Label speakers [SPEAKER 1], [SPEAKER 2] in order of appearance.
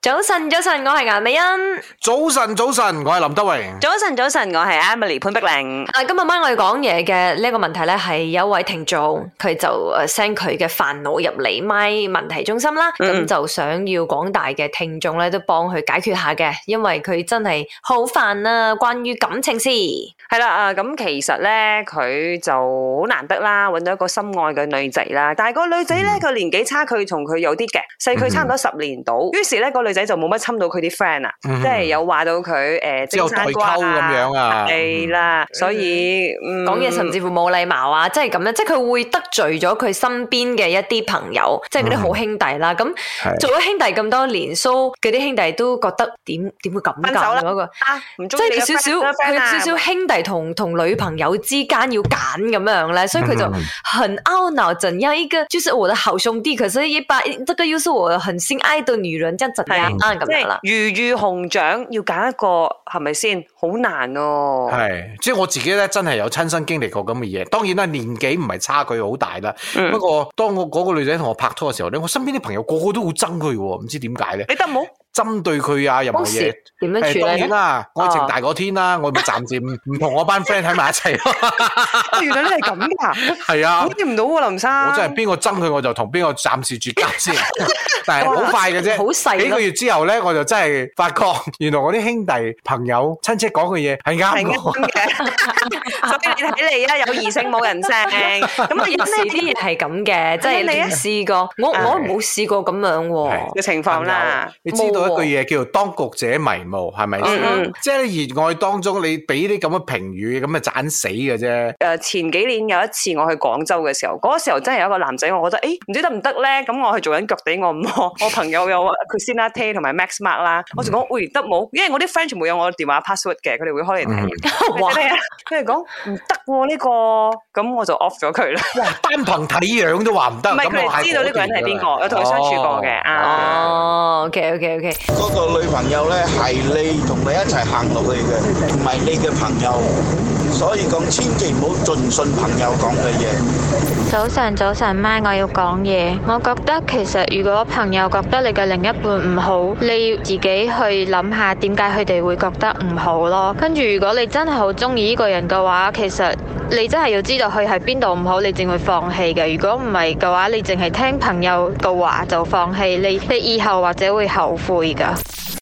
[SPEAKER 1] 早晨，早晨，我係顏美欣。啊
[SPEAKER 2] 早晨，早晨，我係林德榮。
[SPEAKER 3] 早晨，早晨，我係 Emily 潘碧玲。
[SPEAKER 1] 啊，今日晚我哋講嘢嘅呢一個問題咧，係有一位聽眾佢就誒 send 佢嘅煩惱入嚟 My 問題中心啦，咁、
[SPEAKER 3] 嗯
[SPEAKER 1] 就想要廣大嘅聽眾咧都幫佢解決下嘅，因為佢真係好煩啊，關於感情事。
[SPEAKER 3] 係啦，啊咁其實咧，佢就好難得啦，揾到一個心愛嘅女仔啦。但係個女仔咧，
[SPEAKER 2] 嗯
[SPEAKER 3] 佢年紀差距同佢有啲嘅，細佢差唔多十年到。於是咧，個女仔就冇乜侵到佢啲 friend 啊，
[SPEAKER 2] 即
[SPEAKER 3] 即係有話到佢誒
[SPEAKER 2] 嗯之後
[SPEAKER 3] 精
[SPEAKER 2] 代溝
[SPEAKER 3] 山瓜
[SPEAKER 2] 咁樣啊，
[SPEAKER 3] 係啦，所以嗯
[SPEAKER 1] 講嘢甚至乎冇禮貌啊，即係咁樣，即係佢會得罪咗佢身邊嘅一啲朋友，即係
[SPEAKER 3] 嗯
[SPEAKER 1] 嗰啲好兄弟啦。咁、
[SPEAKER 2] 係
[SPEAKER 1] 做咗兄弟咁多年，so 嗰啲兄弟都覺得點點會咁㗎
[SPEAKER 3] 分手啦
[SPEAKER 1] 嗰個。
[SPEAKER 3] 啊唔
[SPEAKER 1] 即
[SPEAKER 3] 中
[SPEAKER 1] 係
[SPEAKER 3] 意你
[SPEAKER 1] 有
[SPEAKER 3] 嘅
[SPEAKER 1] 少少，
[SPEAKER 3] friend 啊
[SPEAKER 1] 佢
[SPEAKER 3] friend
[SPEAKER 1] 有
[SPEAKER 3] 啊
[SPEAKER 1] 少少兄弟同同女朋友之間要揀咁樣
[SPEAKER 2] 嗯
[SPEAKER 1] 咧，所以佢就很
[SPEAKER 3] 嗯
[SPEAKER 1] 懊惱，怎樣一個就是我的好兄弟，可是一把這個又是我很心愛的女人，這樣怎樣
[SPEAKER 3] 係
[SPEAKER 1] 啊咁
[SPEAKER 3] 即
[SPEAKER 1] 樣啦
[SPEAKER 3] 係？魚與熊掌要揀一個，係咪先？好難哦。
[SPEAKER 2] 係，即係我自己咧，真係有親身經歷過咁嘅嘢。當然啦，年紀唔係差距好大啦。
[SPEAKER 3] 嗯
[SPEAKER 2] 不過當我嗰個女仔同我拍拖嘅時候咧，我身邊啲朋友個個都好憎佢喎，唔知點解咧，
[SPEAKER 3] 你得冇？
[SPEAKER 2] 針對佢啊，任何
[SPEAKER 1] 當
[SPEAKER 2] 嘢
[SPEAKER 1] 時。點樣處
[SPEAKER 2] 誒當
[SPEAKER 1] 理咧？
[SPEAKER 2] 然啦，愛情大過天啦，我咪暫時唔唔同我班 friend 喺埋一齊咯。
[SPEAKER 3] 哦，原來你係 咁㗎，
[SPEAKER 2] 係啊
[SPEAKER 3] 估，唔到喎，林生。
[SPEAKER 2] 我真係邊個憎佢我就同邊個暫時絕交先，但係好快嘅啫。
[SPEAKER 1] 好細
[SPEAKER 2] 幾個
[SPEAKER 1] 咯，
[SPEAKER 2] 月之後咧，我就真係發覺，原來我啲兄弟朋友親戚講嘅嘢係
[SPEAKER 3] 係
[SPEAKER 2] 啱我。
[SPEAKER 3] 啱嘅，所以你睇你啊，有異性冇人性，咁
[SPEAKER 1] 咁
[SPEAKER 3] 啊
[SPEAKER 1] 啊有時
[SPEAKER 3] 有
[SPEAKER 1] 啲嘢係咁 嘅，即係
[SPEAKER 3] 你啊
[SPEAKER 1] 你試過，我
[SPEAKER 3] 係
[SPEAKER 1] 我冇試過咁樣喎
[SPEAKER 2] 係。
[SPEAKER 3] 嘅情況啦。
[SPEAKER 2] 你知道一句嘢叫做當局者迷霧，係咪先？
[SPEAKER 3] 嗯嗯
[SPEAKER 2] 即係你熱愛當中，你俾啲咁嘅評語，咁啊盞死嘅啫。
[SPEAKER 3] 誒、前幾年有一次我去廣州嘅時候，嗰、時候真係有一個男仔，我覺得誒唔知得唔得咧，咁我去做緊腳底按 摩，我朋友有 ờ, Christina Tay 同埋 Max Mark 啦，我就講喂得冇，因為我啲 friend 全部有我電話 password 嘅，佢哋會開嚟睇。
[SPEAKER 1] 哇
[SPEAKER 3] 佢！哋佢哋講唔得喎呢個，咁我就 off 咗佢啦。
[SPEAKER 2] 哇，單憑睇樣都話唔得。
[SPEAKER 3] 唔係
[SPEAKER 2] 咁我
[SPEAKER 3] 佢哋知道呢個人係邊個有同佢相處過嘅啊
[SPEAKER 1] 哦，OK OK OK，
[SPEAKER 4] 嗰個女朋友咧係你同佢一齊行落去嘅，唔係你嘅朋友，所以講千祈唔好盡信朋友講嘅嘢。
[SPEAKER 5] 早晨，早晨，媽，我要講嘢。我覺得其實如果朋友覺得你嘅另一半唔好，你要自己去諗下點解佢哋會覺得唔好咯。跟住如果你真係好中意呢個人嘅話，其實你真係要知道佢喺邊度唔好，你淨會放棄嘅。如果唔係嘅話，你淨係聽朋友嘅話就放棄，你你以後或者會後悔㗎。